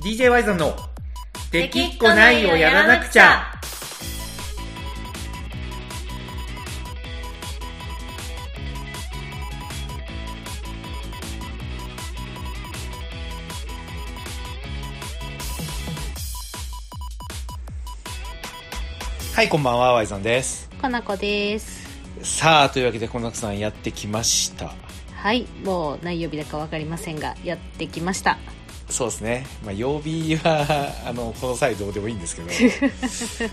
DJ ワイゾンの「できっこないをやらなくちゃ」はいこんばんはワイゾンですかなこですさあというわけでこのたくさんやってきましたはいもう何曜日だか分かりませんがやってきましたそうですね、まあ、曜日は あのこの際どうでもいいんですけど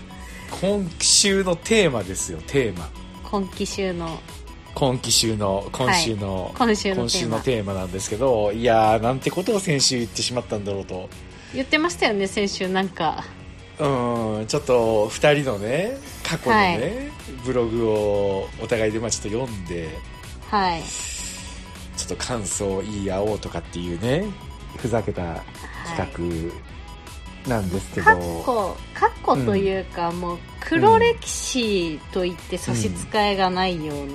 今週のテーマですよテーマ今期週の今期週の今週の、今週のテーマ今週のテーマなんですけどいやーなんてことを先週言ってしまったんだろうと言ってましたよね先週なんかうんちょっと2人のね過去のね、ブログをお互いでまあちょっと読んではいちょっと感想を言い合おうとかっていうねふざけた企画なんですけど、過去過去というか、もう黒歴史と言って差し支えがないよう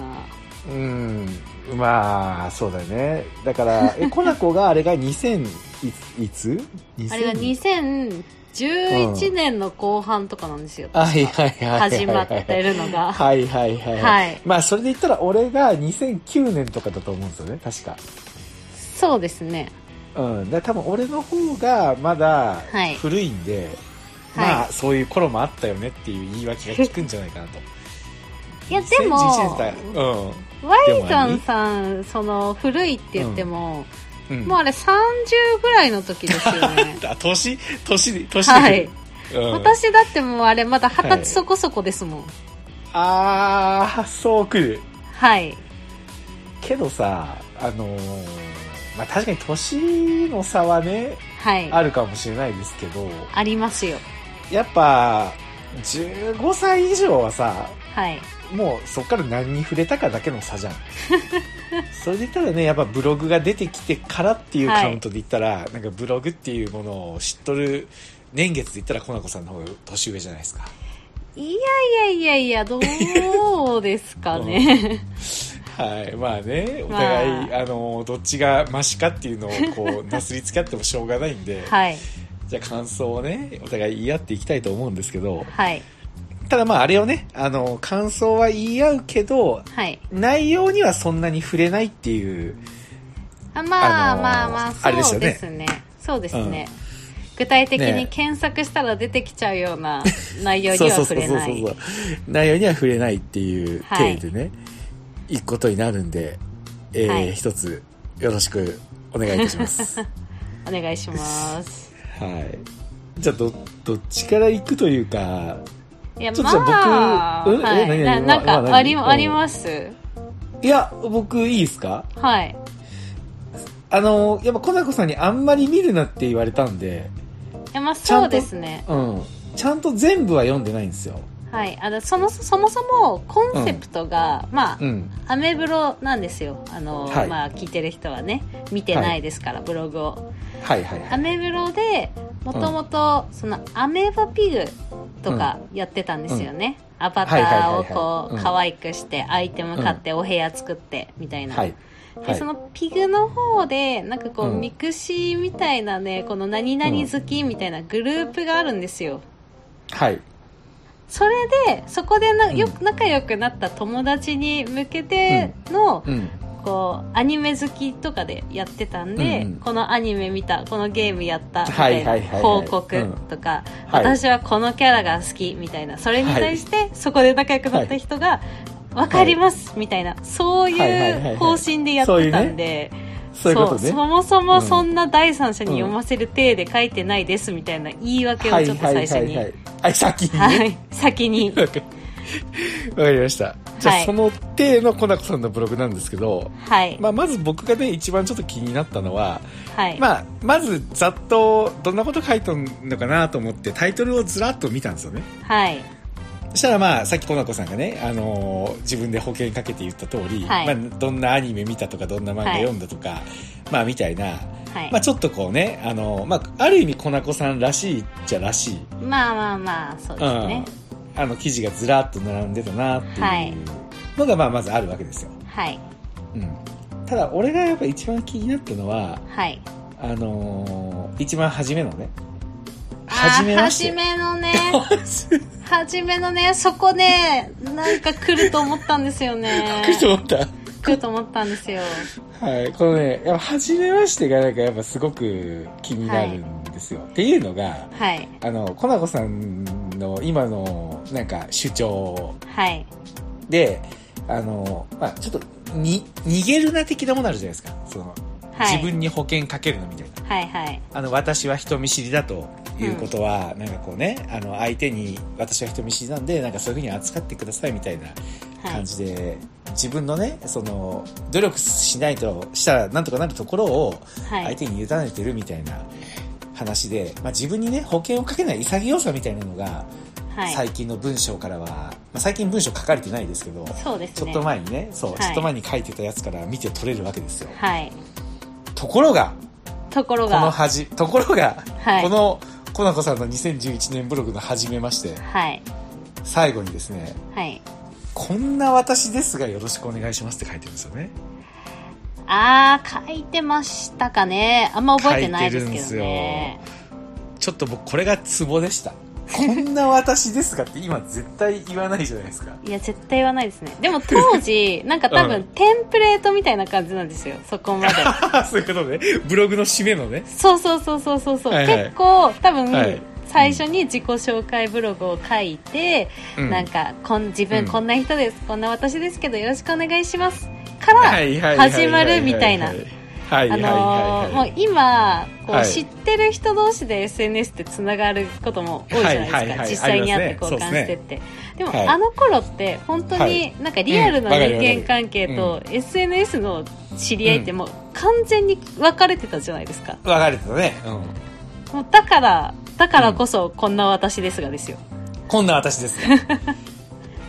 うな、んまあそうだよねだからえ コナコがあれが2000いいつ2000あれが2011年の後半とかなんですよ、はいはいはいはいはい始まってるのがはいはいはいはいまあそれで言ったら俺が2009年とかだと思うんですよね確かそうですねうんだから多分俺の方がまだはい古いんで、はいまあそういう頃もあったよねっていう言い訳が効くんじゃないかなといやでも2011年だうんワイザンさんその古いって言っても、うんもうあれ30ぐらいの時ですよね あ年年で年で、はい、うん、私だってもうあれまだ二十はい歳そこそこですもんああそうくるはいけどさあのーまあ確かに年の差はねはいああるかもしれないですけどりますよやっぱ15歳以上はさはいもうそっから何に触れたかだけの差 じゃんそれで言ったらねやっぱブログが出てきてからっていうカウントで言ったら、なんかブログっていうものを知っとる年月で言ったらコナコさんの方が年上じゃないですかいやいやいやいやどうですか ねはい、まあね、お互い、まあ、のどっちがマシかっていうのをこうなすりつけ合ってもしょうがないんで、はいじゃあ感想をね、お互い言い合っていきたいと思うんですけど、はいただまああれをね、あの感想は言い合うけど、はい内容にはそんなに触れないっていう、あまあ、あのーまあまああれですそようねですねそうですね、具体的にね検索したら出てきちゃうような内容にそうはそう触そうそれうなそういそう、内容には触れないっていうはい体でね、い、くことになるんで、えーはい一つよろしくお願いいたし ます。お願いしますはい。じゃあ、ど、どっちから行くというか、いやちょっまとじゃああ僕うんはえ何いな何なんまあまかああり何ありますいや、僕いいですかはいあの、やっぱ、コナコさんにあんまり見るなって言われたんで、いやまあちゃんそとうですねうん。ちゃんと全部は読んでないんですよ。はいあのそのそもそもコンセプトが、まあ、うん。アメブロなんですよあの、はいまあ聞いてる人はね見てないですから、ブログをはいはいはアい。メブロでもともとそのアメーバピグとかやってたんですよね、アバターをはいはいはいこはうい可愛くしてアイテム買ってお部屋作ってみたいな、はい。はでいそ。のピグの方でなんかこう、うんミクシーみたいなねこの何々好きみたいなグループがあるんですよはい。それでそこでなうんよく仲良くなった友達に向けての、うん。こうアニメ好きとかでやってたんうで、んうんこのアニメ見たこのゲームやったみはたいいはいはいなはい報告とか、はい私はこのキャラが好きみたいなそれに対して、そこで仲良くなった人が、わかりますみたいなそうはいはいはいはいいう方針でやってたんでそういうこそとうね。そもそもそんな第三者に読ませる体で書いてないですみたいな言い訳はをいちょっとはいは最い初に、はい。はい、先にはね。い、先にわか わかりました。じゃはあ、いその手のコナコさんのブログなんですけど、はい、まあ、まず僕がね、一番ちょっと気になったのは、はい、まあ、まずざっとどんなこと書いてんのかなと思ってタイトルをずらっと見たんですよねはいそしたらまあさっきコナコさんがね、あのー自分で保険かけて言った通り、はいまあ、どんなアニメ見たとかどんな漫画読んだとか、まあみたいな、はい、まあ、ちょっとこうね、あのーまあ、ある意味コナコさんらしいっちゃらしい、まあまあまあそううですねん、あの記事がずらっと並んでたなってはいいうのがまあまずあるわけですよ、はいうん、ただ俺がやっぱ一番気になったのははいあのー一番初めのね初めま して初めのね初めのねそこねなんか来ると思ったんですよね 来ると思った来ると思ったんですよはい、このね、やっぱ初めましてがなんかやっぱすごく気になるんですよ。っていうのが、はいあの、コナコさんの今のなんか主張はいで、あの、まあちょっとに、逃げるな的なものあるじゃないですか。その、はい自分に保険かけるのみたいな。はいはいあの、私は人見知りだということは、なんかこうね、あの、相手に私は人見知りなんで、なんかそういうふうに扱ってくださいみたいなは感いじで、自分のね、その、努力しないとしたらなんとかなるところを、は相い手に委ねてるみたいな話で、まあ、自分にね保険をかけない潔さみたいなのがはい最近の文章からは、まあ、最近文章書かれてないですけどそうですちょねっと前にねそう、はいちょっと前に書いてたやつから見て取れるわけですよはいところがところこのが恥ところが、はいこのコナコさんの2011年ブログの初めましてはい最後にですねはい「こんな私ですがよろしくお願いします」って書いてるんですよねあー書いてましたかねあんま覚えてないで書いてするんけですどよねちょっと僕これがツボでしたこんな私ですがって今絶対言わないじゃないですかいや絶対言わないですねでも当 時なんか多分、うんテンプレートみたいな感じなんですよそこまであ そういうことね。ブログの締めのね。そうそうそうそうそうそう、はいはい結構多分、はい最初に自己紹介ブログを書いて、うんなんかこん自うん分こんな人です、こんな私ですけどよろしくお願いしますかはいはいはいはらい始まるみたいなはいはいあはいのーもはう今こはうい知ってる人同士で SNS ってつながることも多いじゃないですか、はいはいはい実際にあり会ってますね交換してって、でも、はいあの頃って本当はにいなんかリアルうなんわかる人わかる間関係と SNS の知り合いってもう完全に分かれてたじゃないですかい。分かれてたね。うもうだからだからこそこんな私ですがですよ、ん。こんな私です が。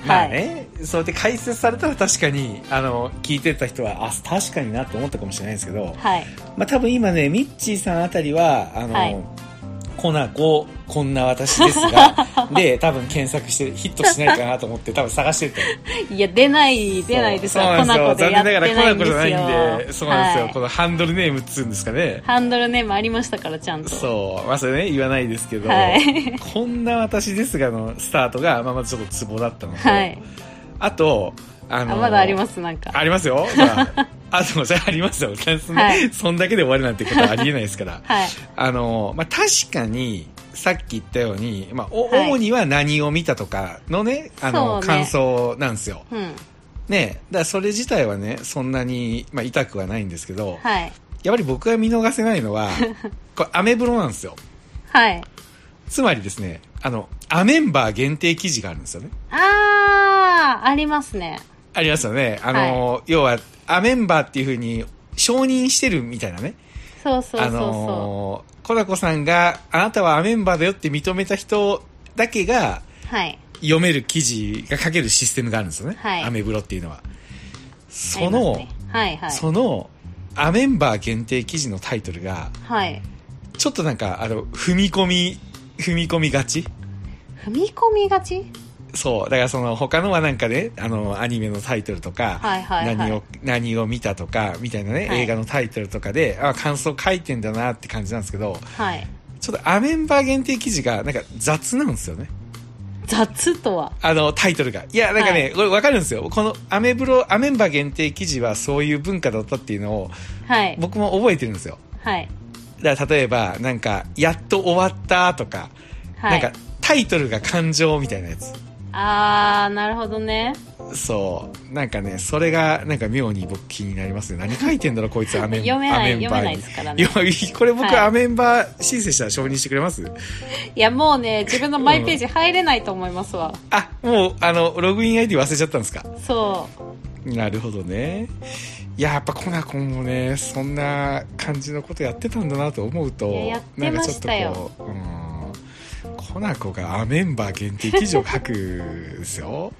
まあね、そうやって解説されたら確かに、あの、聞いてた人は、あ、確かになって思ったかもしれないですけど、はいまあ多分今ね、ミッチーさんあたりは、あの、はいコナコ、こんな私です が、で、多分検索して、ヒットしないかなと思って、多分探してると思ういや出ない出ないですそうわそコうなナんコですよでやっ残て念ながないらんコでナすコよじゃないんで、そうなんですよ。はいこのハンドルネームっつうんですかね。ハンドルネームありましたからちゃんとそう、まあそれね、言わないですけど、はいこんな私ですがのスタートが、まあまずちょっとツボだったのと、はいあと、ああの、。まだありますすなんかありますよ。じゃあ あと、じゃあありますよ。そんなはいそんだけで終わるなんてことはありえないですから。はいあの、まあ、確かに、さっき言ったように、まあ、おはい主には何を見たとかのね、あの、そうね感想なんですよ。うんねだからそれ自体はね、そんなに、まあ、痛くはないんですけど、はいやっぱり僕が見逃せないの は、これ、アメブロなんですよ。はいつまりですね、あの、アメンバー限定記事があるんですよね。あーありますねありますよね。あの、要は、アメンバーっていうふうに承認してるみたいなね。そうそうそうそあう、の、コナコさんがあなたはアメンバーだよって認めた人だけがはい読める記事が書けるシステムがあるんですよね。はいアメブロっていうのは。そありの、ますねはいはいその、アメンバー限定記事のタイトルが、はいちょっとなんか、あの、踏み込み、踏み込みがち踏み込みがちそう。だからその他のはなんかね、あの、アニメのタイトルとか、はいはいはい何を、何を見たとか、みたいなね、はい映画のタイトルとかで、あ、感想書いてんだなって感じなんですけど、はいちょっとアメンバー限定記事がなんか雑なんですよね。雑とはあの、タイトルが。いや、なんかね、これわかるんですよ。このアメブロ、アメンバー限定記事はそういう文化だったっていうのを、はい僕も覚えてるんですよ。はいだから例えば、なんか、やっと終わったとか、はいなんか、タイトルが感情みたいなやつ。あーなるほどねそう。なんかね、それが、なんか妙に僕気になりますね。何書いてんだろう、こいつ、アメン 読めないアメンバー読めないにですからね読めこれ僕、はいアメンバー申請したら承認してくれますいやもうね自分のマイページ入れないと思いますわ、あ、もう、あの、ログイン ID 忘れちゃったんですかそうなるほどね。いや、やっぱコナコンもね、そんな感じのことやってたんだなと思うと、いややってなんかまちょっしとたよこう、うん、コナコがアメンバー限定記事を書くです よ。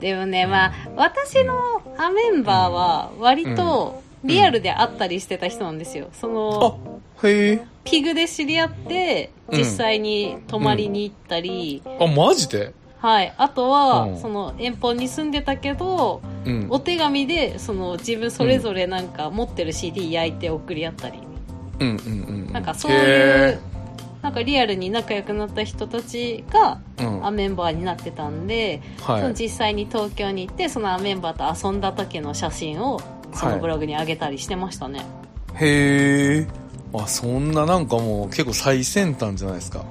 でもねまあ私のアメンバーは割とリアルで会ったりしてた人なんですよそあの、へえ。ピグで知り合ってうん実際に泊まりに行ったり、あ、マジではいあとは、うんその遠方に住んでたけどうんお。手紙でその自分それぞれなんか持ってる CD 焼いて送り合ったり、うんうんうん。なんかそういうなんかリアルに仲良くなった人たちがうんアメンバーになってたんで、はいその実際に東京に行ってそのアメンバーと遊んだ時の写真をそのブログに上げたりしてましたね、へえあそんななんかもう結構最先端じゃないですか、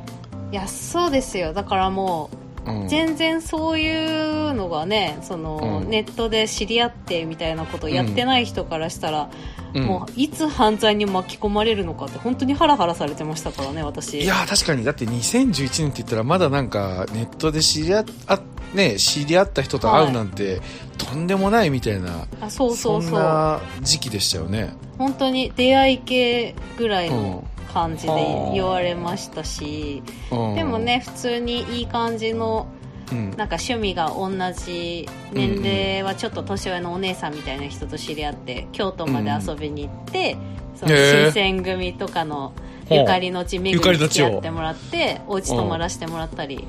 い、やそうですよだからもうんう、全然そういうのがねその、うんネットで知り合ってみたいなことをやってない人からしたら、うんもういつ犯罪に巻き込まれるのかって本当にハラハラされてましたからね私いやー確かにだって2011年って言ったらまだなんかネットで知り合っあね、知り合った人と会うなんて、とんでもないみたいなあそうそうそうんな時期でしたよね本当に出会い系ぐらいの感じでうん言われましたし、うんでもね普通にいい感じのうんなんか趣味が同じ年齢はちょっと年上のお姉さんみたいな人と知り合って京都まで遊びに行って、そのへえ新選組とかのゆかりの地巡ゆかりりの付地きを合ってもらってお家泊まらせてもらったり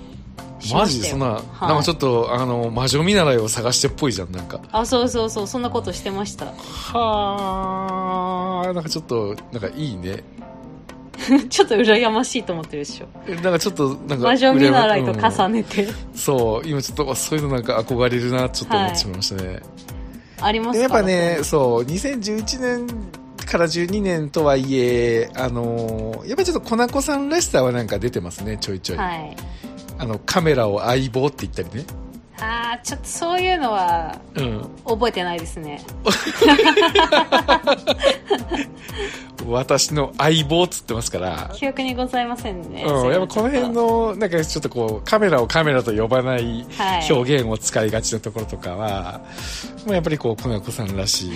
しまマしジたよそんな、はいなんかちょっとあの魔女見習いを探してっぽいじゃんなんかあそうそうそうそんなことしてました はあなんかちょっとなんかいいねちょっと羨ましいと思ってるでしょえなんかちょっとなんか魔女見習いとうん重ねて、そう今ちょっとそういうのなんか憧れるなちょっと思ってしまいましたね、 ありますでかやっぱね、そう、2011年から12年とはいえ、あのーやっぱりちょっと粉子さんらしさはなんか出てますね、ちょいちょい。はいあの、カメラを相棒って言ったりね。ああちょっとそういうのはうん。覚えてないですね私の相棒っつってますから。記憶にございませんね、うん、やっぱこの辺の、なんかちょっとこう、カメラをカメラと呼ばないはい表現を使いがちなところとかは、もうやっぱりこう、粉子さんらしい。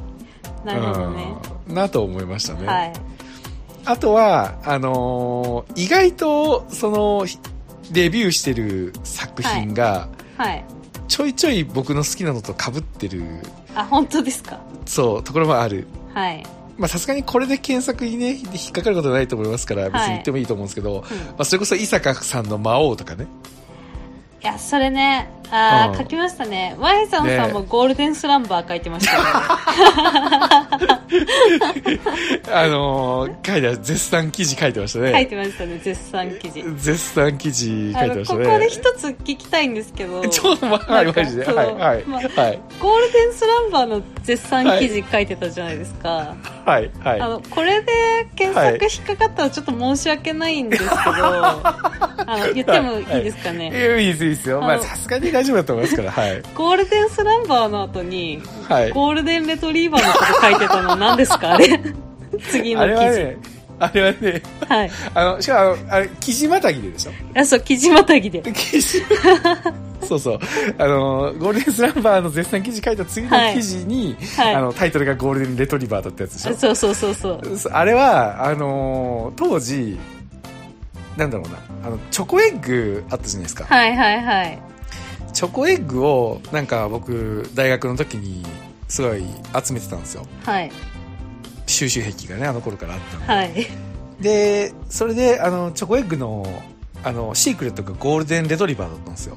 なるほどね、うん、なと思いましたね。はいあとは、あのー意外と、その、ひレビューしてる作品が、はいちょいちょい僕の好きなのと被ってる、あ本当ですかそう、ところもある。はい、まあ、さすがにこれで検索にね、引っかかることはないと思いますから、別に言ってもいいと思うんですけど、うん、いまあ、それこそ伊坂さんの魔王とかね。やそれねあうあん書きましたね Y さんさんもねゴールデンスランバー書いてましたねあのー書いて、絶賛記事書いてましたね。書いてましたね絶賛記事絶賛記事書あいてのましこたね。こで一つ聞きたいんですけど ちょっと、まあ、はい、マジで。そうはい、はい、まあはい、ゴールデンスランバーの絶賛記事書いてたじゃないですか、はい、はい。あのこれで検索引っかかったらちょっと申し訳ないんですけど、あの言ってもいいですかね、いやいいですいいですよ。まああ、のさすがに大丈夫だと思いますから、はい。ゴールデンスランバーの後に、はい。ゴールデンレトリーバーのこと書いてたの何です かあれ次のあれ記は事ね、あれはね、はいいあの、しかもあの、あれ、生地またぎででしょやそう記事またぎで生 地そうそう。あの、ゴールデンスランバーの絶賛記事書いた次のはい記事に、はいあの、タイトルがゴールデンレトリバーだったやつでしょそうそうそうそうそうあれは、あのー当時、なんだろうな、あの、チョコエッグあったじゃないですか。はいはいはいチョコエッグを、なんか僕、大学の時に、すごい集めてたんですよ。はい収集癖がね、あの頃からあったんで。はいでそれであのチョコエッグのあのシークレットがゴールデンレトリバーだったんですよ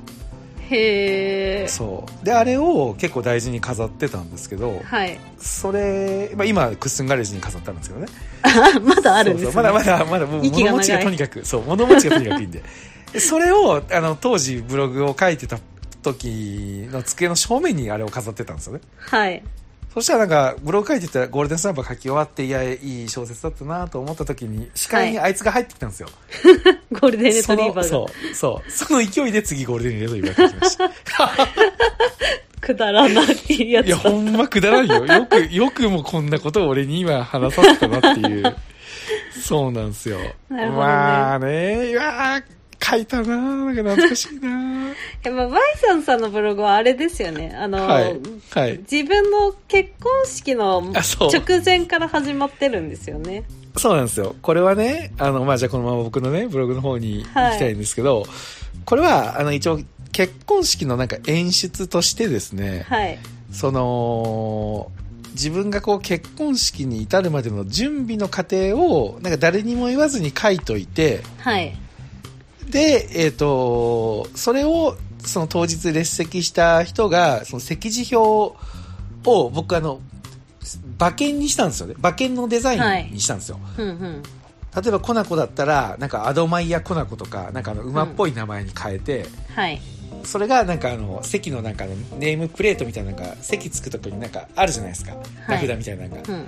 へえそうであれを結構大事に飾ってたんですけどはいそれ、まあ、今クッスンガレージに飾ってあるんですけどねあ まだあるんです、そうね、そうまだまだまだもう息が物長持ちがいとにかくそう物持ちがとにかくいいん ででそれをあの当時ブログを書いてた時の机の正面にあれを飾ってたんですよねはいそしたらなんかブログ書いてたゴールデンスランバー書き終わっていやいい小説だったなと思った時に視界にあいつが入ってきたんですよ、ゴールデンレトリーバーそがのそうそうその勢いで次ゴールデンレトリーバーが来ましたくだらないやついやだほんまくだらんよよく よくもこんなことを俺に今話させたなっていうそうなんですよなるほどねまあねいやー書いたななんか懐かしいなやっぱ Y さんさんのブログはあれですよね あの、はいはい自分の結婚式のあそう直前から始まってるんですよねそうなんですよこれはねあのまあじゃあこのまま僕のねブログの方に行きたいんですけど、これはあの一応結婚式のなんか演出としてですね、はいその自分がこう結婚式に至るまでの準備の過程をなんか誰にも言わずに書いといてはいで、えっとそれをその当日列席した人がその席次表を僕あの馬券にしたんですよね馬券のデザインにしたんですよ、うんうん例えばコナコだったらなんかアドマイヤコナコとかなんかあの馬っぽい名前に変えて、はいそれがなんかあの席のなんかあのネームプレートみたいななんか席つくとこになんかあるじゃないですか名札みたいなのが、うんうん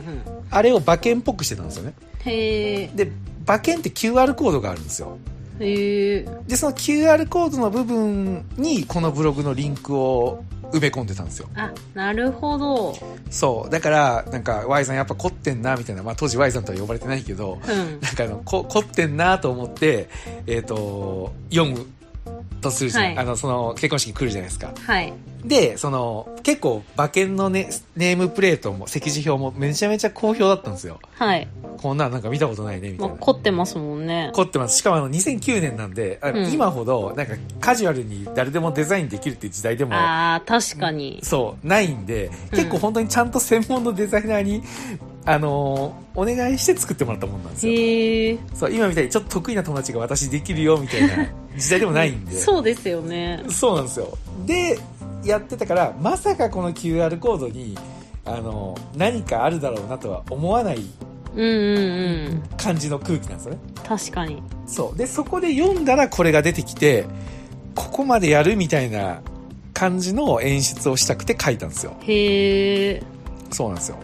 あれを馬券っぽくしてたんですよねへえで馬券って QR コードがあるんですよへえでその QR コードの部分にこのブログのリンクを埋め込んでたんですよあなるほどそうだからなんか Y さんやっぱ凝ってんなみたいな、まあ、当時 Y さんとは呼ばれてないけどうんなんかあのこ凝ってんなと思って、えっと読むとするじゃない、はいあのその結婚式来るじゃないですかはいでその結構馬券の、ね、ネームプレートも席次表もめちゃめちゃ好評だったんですよはいこんなんなんか見たことないねみたもいなう凝ってますもんね凝ってますしかもあの2009年なんで、あのうん今ほどなんかカジュアルに誰でもデザインできるっていう時代でもああ確かにそうないんでうん結構本当にちゃんと専門のデザイナーに、あのーお願いして作ってもらったもんなんですよへえそう今みたいにちょっと得意な友達が私できるよみたいな時代でもないんで そうですよねそうなんですよでやってたからまさかこの QR コードにあの何かあるだろうなとは思わないうんうんうん感じの空気なんですよね確かにそうでそこで読んだらこれが出てきてここまでやるみたいな感じの演出をしたくて書いたんですよへえそうなんですよ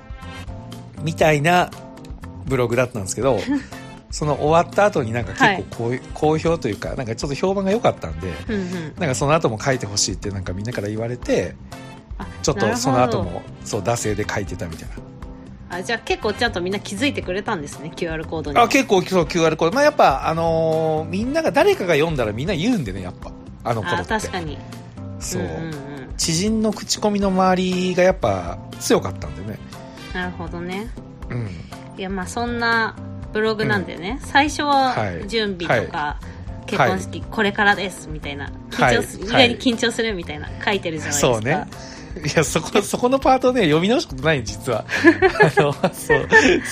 みたいなブログだったんです けどその終わった後になんか結構こう、好評というかなんかちょっと評判が良かったんでうんうんなんかその後も書いてほしいってなんかみんなから言われてあちょっなるとほどその後もそう惰性で書いてたみたいなあじゃあ結構ちゃんとみんな気づいてくれたんですね QR コードにあ結構そう QR コード、まあ、やっぱ、あのーみんなが誰かが読んだらみんな言うんでねやっぱあの頃っあて確かにそう、んうんうん、知人の口コミの周りがやっぱ強かったんでねなるほどねうんいやまあそんなブログなんでね、最初ははい準備とか、結婚式これからですみたいな緊張す、はい意外に緊張するみたいな書いてるじゃないですかそうねいやそ こそこのパートね読み直したことない実はあのそう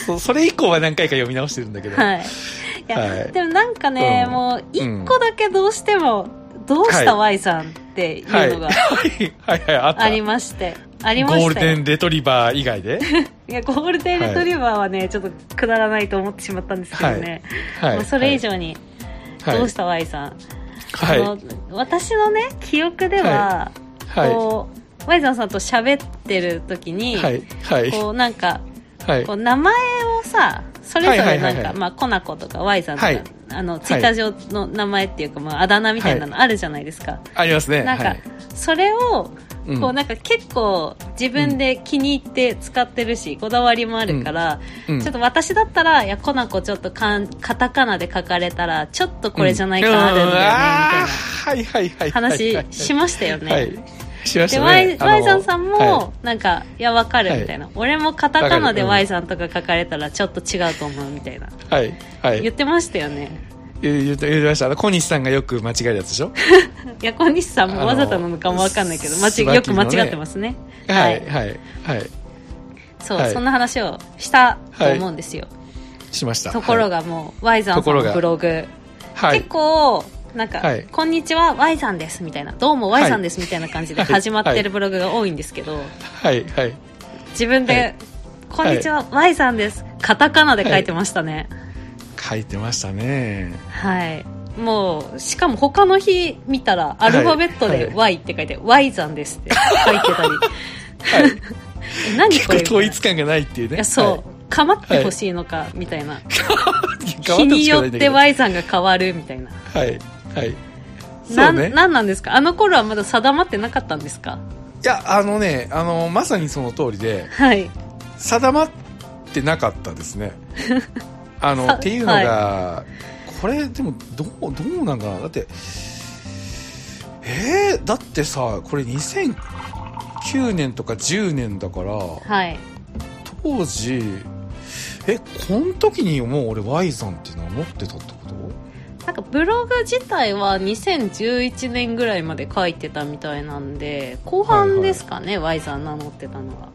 そそれ以降は何回か読み直してるんだけど、はいいや、はいでもなんかね、うんもう一個だけどうしても、どうしはたい Y さんってはいいうのがはいはいはいあったありまして、ありまゴーしルたデよンレトリバー以外でいやゴールデンレトリバーはね、ちょっとくだらないと思ってしまったんですけどね、はもうそれ以上に、はいどうした Y さん、はいあの私のね記憶では、はいこうワイザンさんと喋ってる時に、はいはいこうなんかはいこう名前をさそれぞはれいはないんはいはかいまあコナコとかワイザンとか、はいあのツイッター上の名前っていうか、まあ、あだ名みたいなのあるじゃないですか、ありますねなんか、はいそれをうんこうなんか結構自分で気に入って使ってるし、こだわりもあるから、うんちょっと私だったら、いや、コナコちょっとかんカタカナで書かれたら、ちょっとこれじゃないかなあるんだよね、みたいなみたいなはいはいはい話しましたよね。はいしましで、たワねイワイザンさんも、あのはいなんか、いや、わかるみたいな、俺もカタカナわかるでうんワイさんとか書かれたらちょっと違うと思うみたいな。はいはい言ってましたよね。言言って言ってましたあの小西さんがよく間違えるやつでしょいや、小西さんあものわざとなのかもわかんないけど、間椿の違ねよく間違ってますね。ははいいはいはいそう、はいそんな話をしたと思うんですよ。しましたところががもう、ワイザンさんのブログ、はい結構、なんか、はいこんにちは、ワイさんですみたいな、どうもワイさんですみたいな感じではい始まってはるいブログが多いんですけど、はいはい自分で、はいこんにちは、ワイさんです。カタカナで書いてましたね。書いてましたねはい。もう、しかも他の日見たら、アルファベットではい Y って書いて、Y さんですって書いてたり。 え何結構これみたいな統一感がないっていういねや、そう。はいかまってほしいのか、みたいな。日変わたことしかないによっんだてけど Y さんが変わるみたいな。はいはいそな、うんねなんなんですかあの頃はまだ定まってなかったんですかいやあのねあのまさにその通りではい。定まってなかったです ねあのさっていうのが、これでもどうどうなんかなだってえー、だってさこれ2009年とか10年だからはい。当時えこの時にもう俺 Y さんって名乗ってたってことなんかブログ自体は2011年ぐらいまで書いてたみたいなんで、後半ですかね、Y さん名乗ってたのは。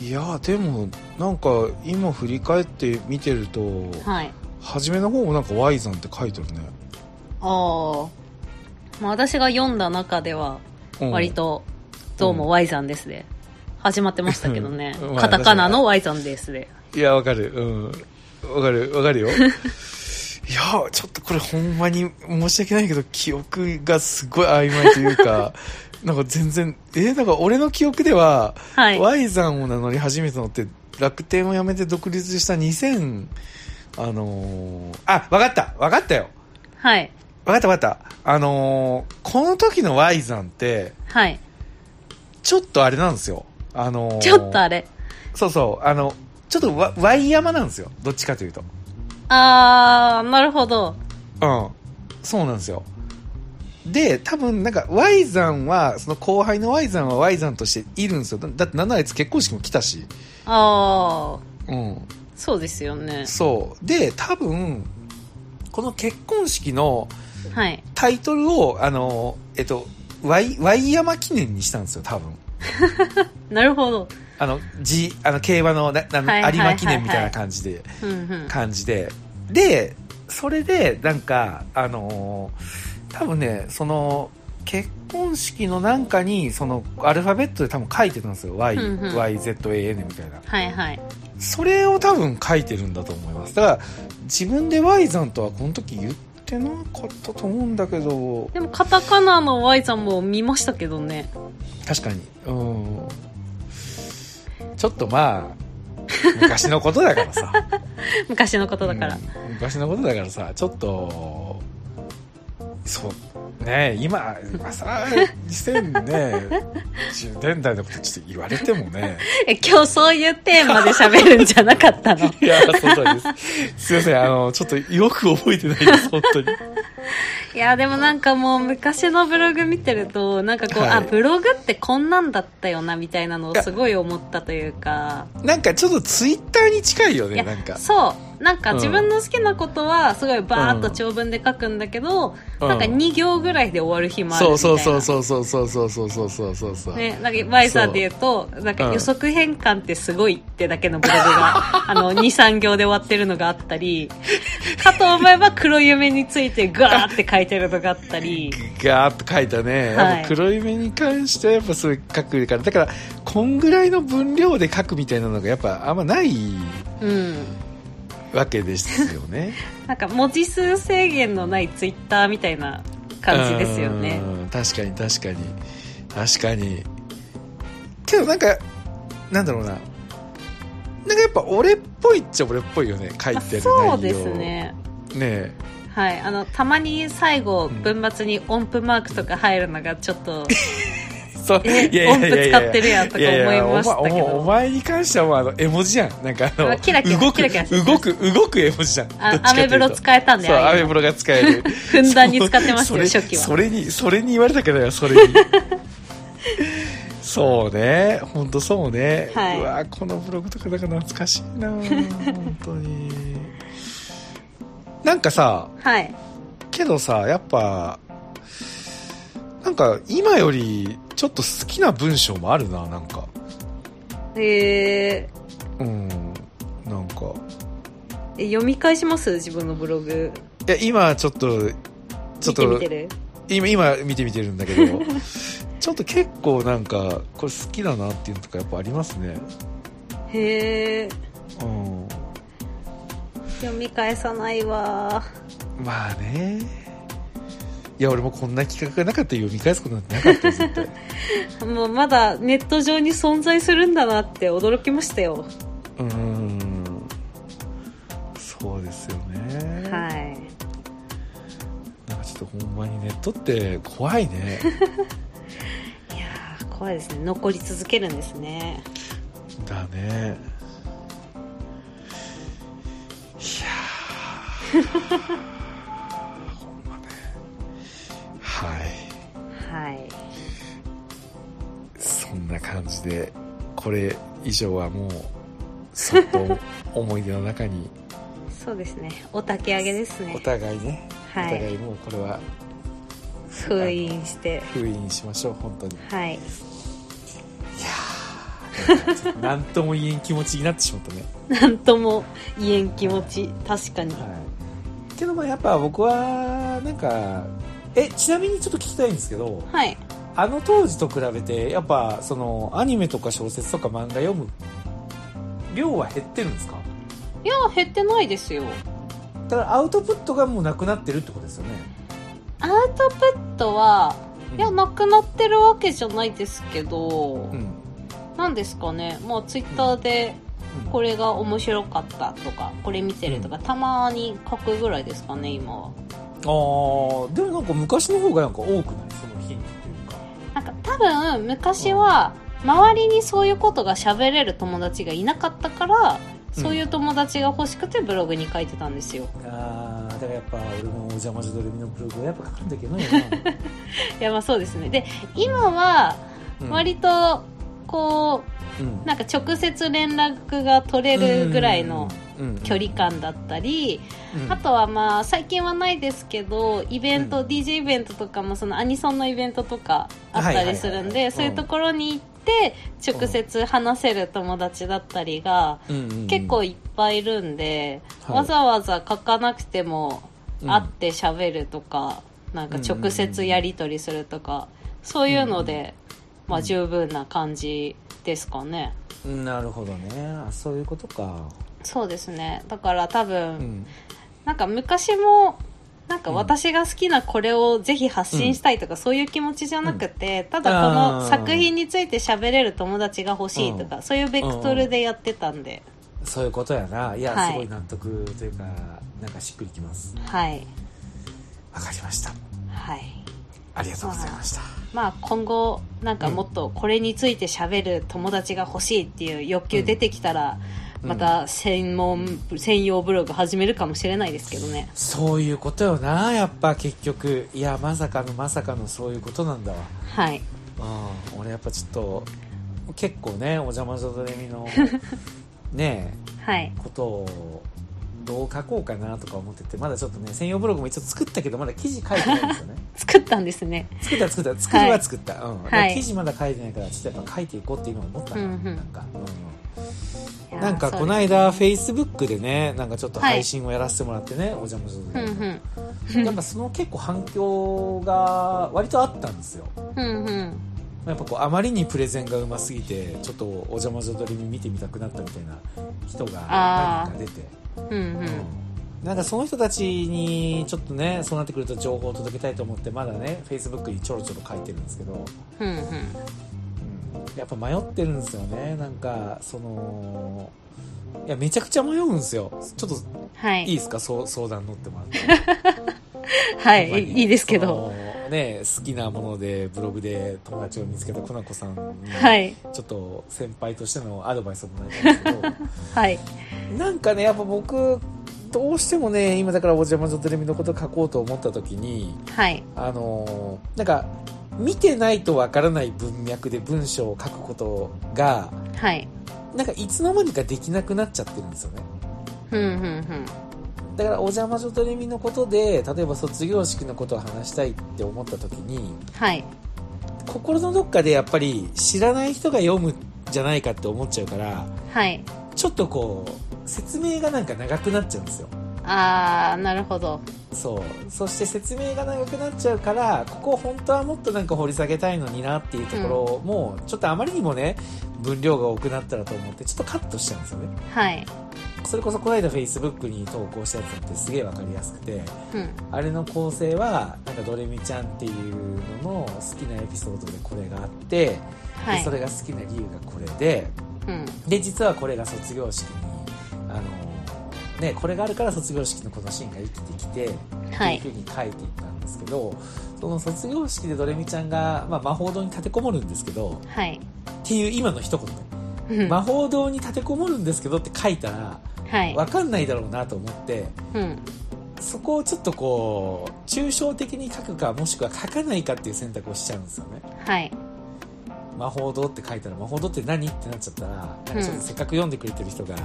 いやでもなんか今振り返って見てると、はい。初めの方もなんか Y さんって書いてるね、ああ、まあ、私が読んだ中ではうん割と「どうも Y さんです」で始まってましたけどね うんカタカナの Y さんですでいやわかるうんわかるわかる よいやちょっとこれほんまに申し訳ないけど記憶がすごい曖昧という かなんか全然えなんか俺の記憶では、はい Y さんを名乗り始めたのって楽天を辞めて独立した2000あのーあわかったわかったよはいわかったわかったあのーこの時の Y さんってはいちょっとあれなんですよあのーちょっとあれそうそうあのちょっとわワイ山なんですよどっちかというとあーなるほどうん、そうなんですよ。で、多分なんか、Y さんは、その後輩の Y さんは Y さんとしているんですよ。だだって、なんならあいつ結婚式も来たし。あうん。ーそうですよねそう。で、多分、この結婚式のはいタイトルを、あの、えっと、Y、Y 山記念にしたんですよ、多分。なるほどあの、G、あの、競馬の、な、なはいはいはいはい有馬記念みたいな感じで。うんうん感じで。で、それで、なんか、あのー多分ね、その、結婚式のなんかに、その、アルファベットで多分書いてたんですよ。Y、うんうん YZAN みたいな。はいはいそれを多分書いてるんだと思います。だから、自分で Y さんとはこの時言ってなかったと思うんだけど、でもカタカナの Y さんも見ましたけどね確かに。うん。ちょっとまあ、昔のことだからさ。昔のことだから、うん昔のことだからさちょっとそうね今今さら2010年代のことちょっと言われてもねえ今日そういうテーマで喋るんじゃなかったのいやそうなんですすいませんあのちょっとよく覚えてないです本当に いやでもなんかもう昔のブログ見てるとなんかこう、はいあブログってこんなんだったよなみたいなのをすごい思ったというかなんかちょっとツイッターに近いよいねやなんかそうなんうかん自分の好きなことはすごいバーッと長文で書くんだけど、なんかうん2行ぐらいで終わる日もあるみそうたいそなうそうそうそうそうそうそうそうそうそうそう、ね、なんかバイザーで言うとなんか予測変換ってすごいってだけのブログが あの23行で終わってるのがあったりかと思えば黒夢についてガーって書いてるのがあったり ガーッと書いたね、はいやっぱ黒い目に関してはやっぱすごい書くからだからこんぐらいの分量で書くみたいなのがやっぱあんまないうんわけですよねなんか文字数制限のないツイッターみたいな感じですよねうん確かに確かに確かにけどなんかなんだろうななんかやっぱ俺っぽいっちゃ俺っぽいよね書いまあてる内容そうですねねはいあのたまに最後文末に音符マークとか入るのがちょっとえそうえ いやいやいやいや音符使ってるやんとか思いましたけどいやいやお前お前お前に関してはもうあの絵文字やんなんかあのあキラキラ動くキラキラしてる動く動く絵文字じゃんどあっちかアといメうとブロ使えたんでそうあアあいメうのブロが使える ふんだんに使ってましたよそれ初期はそれにそれに言われたからよそ れにそうね本当そうね、はいうわこのブログとかなんか懐かしいな本当になんかさはいけどさやっぱなんか今よりちょっと好きな文章もあるななんかえー、うんなんかえ読み返します自分のブログいや今ちょっとちょっ見てみとてる今今見てみてるんだけどちょっと結構なんかこれ好きだなっていうのとかやっぱありますねへえうん読み返さないわまあねいや俺もこんな企画がなかったら読み返すことなんてなかったよ絶対もうまだネット上に存在するんだなって驚きましたようんそうですよねはいなんかちょっとほんまにネットって怖いねいやー怖いですね残り続けるんですねだねいやーほんまねはいはいそんな感じで、これ以上はもう、そっ と思い出の中に、そうですねお焚き上げですおね互いね、おは互いいもうこれは封印して封印しましょう、本当に。はいなんとも言えん気持ちになってしまったね。なんとも言えん気持ち確かにはい。けどまあやっぱ僕は、なんか、え、ちなみにちょっと聞きたいんですけど、はいあの当時と比べて、やっぱそのアニメとか小説とか漫画読む量は減ってるんですかいや減ってないですよだからアウトプットがもうなくなってるってことですよね、アウトプットはうんいやなくなってるわけじゃないですけど、うんなんですかねもうツイッターでうんこれが面白かったとかこれ見てるとか、たまに書くぐらいですかね今はあーでもなんか昔の方がなんか多くないその頻度というかなんか多分昔は周りにそういうことが喋れる友達がいなかったからそういう友達が欲しくてブログに書いてたんですよ、あーだからやっぱ俺のお邪魔女ドレミのブログはやっぱ書かんだけどないやまあそうですねで今は うん割とこうんうなんか直接連絡が取れるぐらいの距離、感だったり、うんあとはまあ最近はないですけどイベント、うん DJ イベントとかもそのアニソンのイベントとかあっはいはたいはいはりいするんうでんそういうところに行って直接話せる友達だったりがうんうんうん結構いっぱいいるんで、はいわざわざ書かなくてもうん会って喋るとか、なんか直接やり取りするとか、そういうので、まあ十分な感じですかね。なるほどねあそういうことか、そうですね。だから多分、うん、なんか昔もなんか私が好きなこれをぜひ発信したいとか、そういう気持ちじゃなくて、ただこあのー作品について喋れる友達が欲しいとか、そういうベクトルでやってたんで、そういうことやないや、はいすごい納得というかなんかしっくりきますはいわかりましたはいありがとうございましたまあ今後なんかもっとこれについて喋る友達が欲しいっていう欲求出てきたら、うんまた専門専用ブログ始めるかもしれないですけどねそういうことよなやっぱ結局いやまさかのまさかのそういうことなんだわはいうん俺やっぱちょっと結構ねお邪魔女ドレミ のねはいえことをどう書こうかなとか思っててまだちょっとね専用ブログも一応作ったけどまだ記事書いてないんですよ ね作ったんですね作った作った作りは作った、うん、だからはい記事まだ書いてないからちょっとやっぱ書いていこうって今思ったな,、うんうんなんか、うんいやーなんかこのそう間フェイスブックでねなんかちょっとはい配信をやらせてもらってね、お邪魔するですうんやっぱその結構反響が割とあったんですようんうんうんやっぱこうあまりにプレゼンがうますぎてちょっとお邪魔女ドリに見てみたくなったみたいな人があー何人か出て、うんうんうんなんかその人たちにちょっとねそうなってくると情報を届けたいと思ってまだねフェイスブックにちょろちょろ書いてるんですけど、うんうんうんやっぱ迷ってるんですよねなんかそのいやめちゃくちゃ迷うんですよちょっとはいいい。ですかそう相談乗っても らって。はほんまい。にいいですけど。。そのね、好きなもので、ブログで友達を見つけたコナコさんに、 はい。ちょっと先輩としてのアドバイスをもらいたいんですはい。けど、なんかね、やっぱ僕、どうしてもね、今だからお邪魔女テレビのこと書こうと思った時に、はい。あのーなんか、見てないとわからない文脈で文章を書くことが、はい。なんかいつの間にかできなくなっちゃってるんですよね。ふんふんふん。だからお邪魔女とレミのことで例えば卒業式のことを話したいって思った時にはい。心のどっかでやっぱり知らない人が読むんじゃないかって思っちゃうからはい。ちょっとこう説明がなんか長くなっちゃうんですよあー、なるほど。そうそして説明が長くなっちゃうからここ本当はもっとなんか掘り下げたいのになっていうところも、ちょっとあまりにもね分量が多くなったらと思ってちょっとカットしちゃうんですよねはい。それこそこの間 Facebook に投稿したやつなんてすげえわかりやすくてうん。あれの構成はなんかドレミちゃんっていうのの好きなエピソードでこれがあって、ではいそ。れが好きな理由がこれでうん。で実はこれが卒業式にあの、ね、これがあるから卒業式のこのシーンが生きてきてはっいて。いうふうに書いていったんですけど、その卒業式でドレミちゃんが、まあ、魔法堂に立てこもるんですけどはい。っていう今の一言ねうん魔法堂に立てこもるんですけどって書いたらはい。わかんないだろうなと思って。うん。そこをちょっとこう抽象的に書くかもしくは書かないかっていう選択をしちゃうんですよねはい。魔法堂って書いたら魔法堂って何ってなっちゃったらなんかちょっとせっかく読んでくれてる人が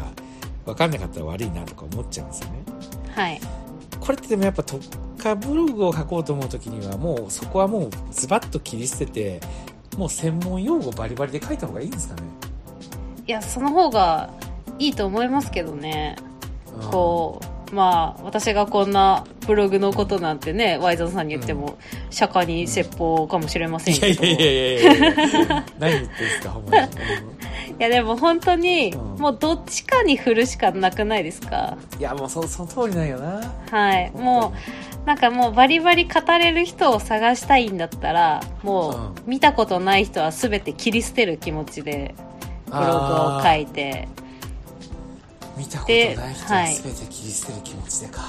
分かんなかったら悪いなとか思っちゃうんですよねはい。これってでもやっぱ特化ブログを書こうと思う時にはもうそこはもうズバッと切り捨ててもう専門用語バリバリで書いた方がいいんですかねいや、その方がいいと思いますけどね。うんこう、まあ、私がこんなブログのことなんてね、ワイザンさんに言っても、釈迦に説法かもしれませんいやけいど。 やいやいやいやいや何言ってんすかほんまにやでも本当に、うんもうどっちかに振るしかなくないですかいやもうそその通りなんよなはいもうなんかもうバリバリ語れる人を探したいんだったらもう見たことない人は全て切り捨てる気持ちでブログを書いて見たことでない人ははい全て切り捨てる気持ちでか、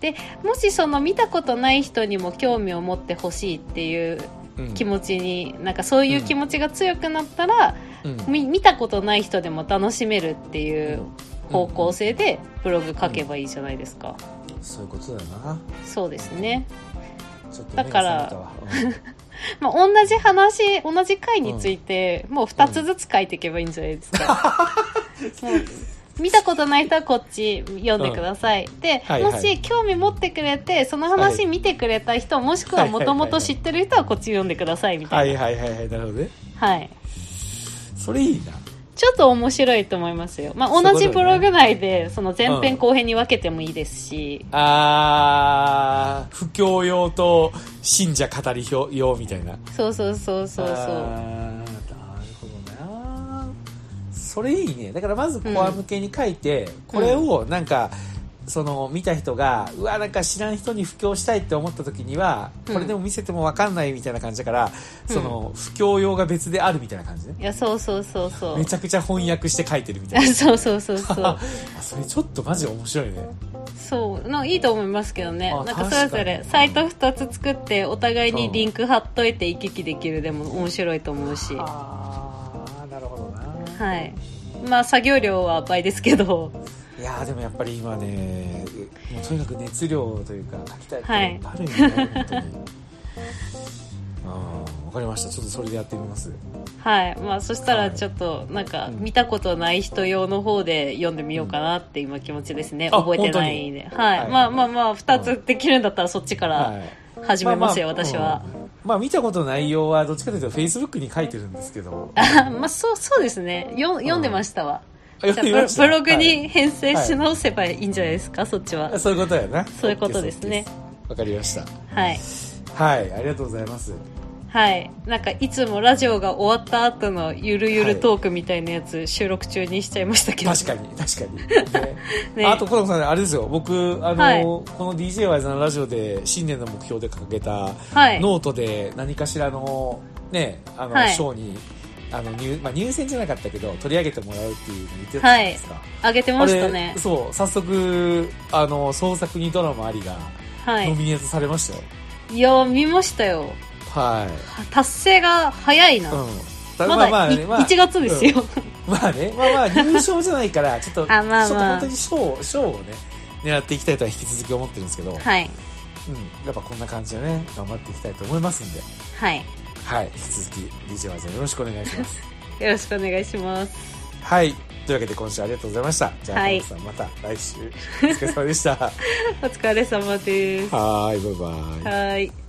でもしその見たことない人にも興味を持ってほしいっていううん気持ちに、なんかそういう気持ちが強くなったら、うんみ見たことない人でも楽しめるっていう方向性でブログ書けばいいじゃないですか、うんそういうことだよなそうですね、ちょっとだから目が覚めたわまあ、同じ話同じ回について、もう2つずつ書いていけばいいんじゃないですか、もう見たことない人はこっち読んでください、で、はいはいもし興味持ってくれてその話見てくれた人、もしくはもともと知ってる人はこっち読んでくださいみうんはたいいなはいはいはいなるほどねはいそれいいなちょっと面白いと思いますよ。まあ、そういう同ことだじねブログ内で、その前うん編後編に分けてもいいですし、あー不況用と信者語り用みたいなそうそうそうそうそあう。ーなるほどなそれいいねだからまずコア向けに書いて、これをなんか、その見た人がうわなんか知らん人に布教したいって思った時にはうんこれでも見せても分かんないみたいな感じだから、うんその布教用が別であるみたいな感じねいや、そうそうそうそうめ。ちゃくちゃ翻訳して書いてるみたあい そうそうそうそなう。 あそれちょっとマジ面白いねそう。のいいと思いますけどねあ。なんかそれぞれ確かサにイト2つ作って、お互いにリンク貼っといて行き来できるでも面白いと思うし。は。ああなるほどないまあ、作業量は倍ですけど、 いやーでもやっぱり今ねもうとにかく熱量というか書きたいことはいがあるんだね、本当にあーわかりましたちょっとそれでやってみますはい。まあ、そしたらちょっと、なんか、見たことない人用の方で読んでみようかなって今気持ちですね。あ覚えてないんで。はい。はいまあまあまあ、二つできるんだったらそっちからい始めますよ、ああ私は。うんまあ見たことない内容はどっちかというとフェイスブックに書いてるんですけ どあまあ、そう、そうですね。よ読んでましたわ。あ読じんゃでみまあブロしたブログはにい編成し直せばいいんじゃないですか、そっちはあ。そういうことやなそういうことですね OK わかりましたはい。はいありがとうございますはい。なんか、いつもラジオが終わった後のゆるゆるトークみたいなやつ、収録中にしちゃいましたけど。確かに確 かに、ねねあと小田さんあれですよ僕あの、はいこの d j y さんのラジオで新年の目標で掲げたはい。ノートで何かしらのねあのはい賞に、あの入まあ、入選じゃなかったけど取り上げてもらうっていうの言ってたじゃないですか、上げてあましたねれ。そう早速あの創作にドラマありがはノい。ミネートされましたよいや、見ましたよ。はい、達成が早いな。うんだまだ、い1月ですよ。まあね、まあまあ入賞じゃないから、ちょっと、 あまあちょっとまあ本当に賞を、賞をね、狙っていきたいとは引き続き思ってるんですけど、はい。うん、やっぱこんな感じでね、頑張っていきたいと思いますんで、はい。はい、引き続き、DJ ワイズよろしくお願いします。よろしくお願いします。はい、というわけで今週ありがとうございました。じゃあ、はいトムさんまた来週、お疲れ様でした。お疲れ様です。ははーい、バイバイ。ーい。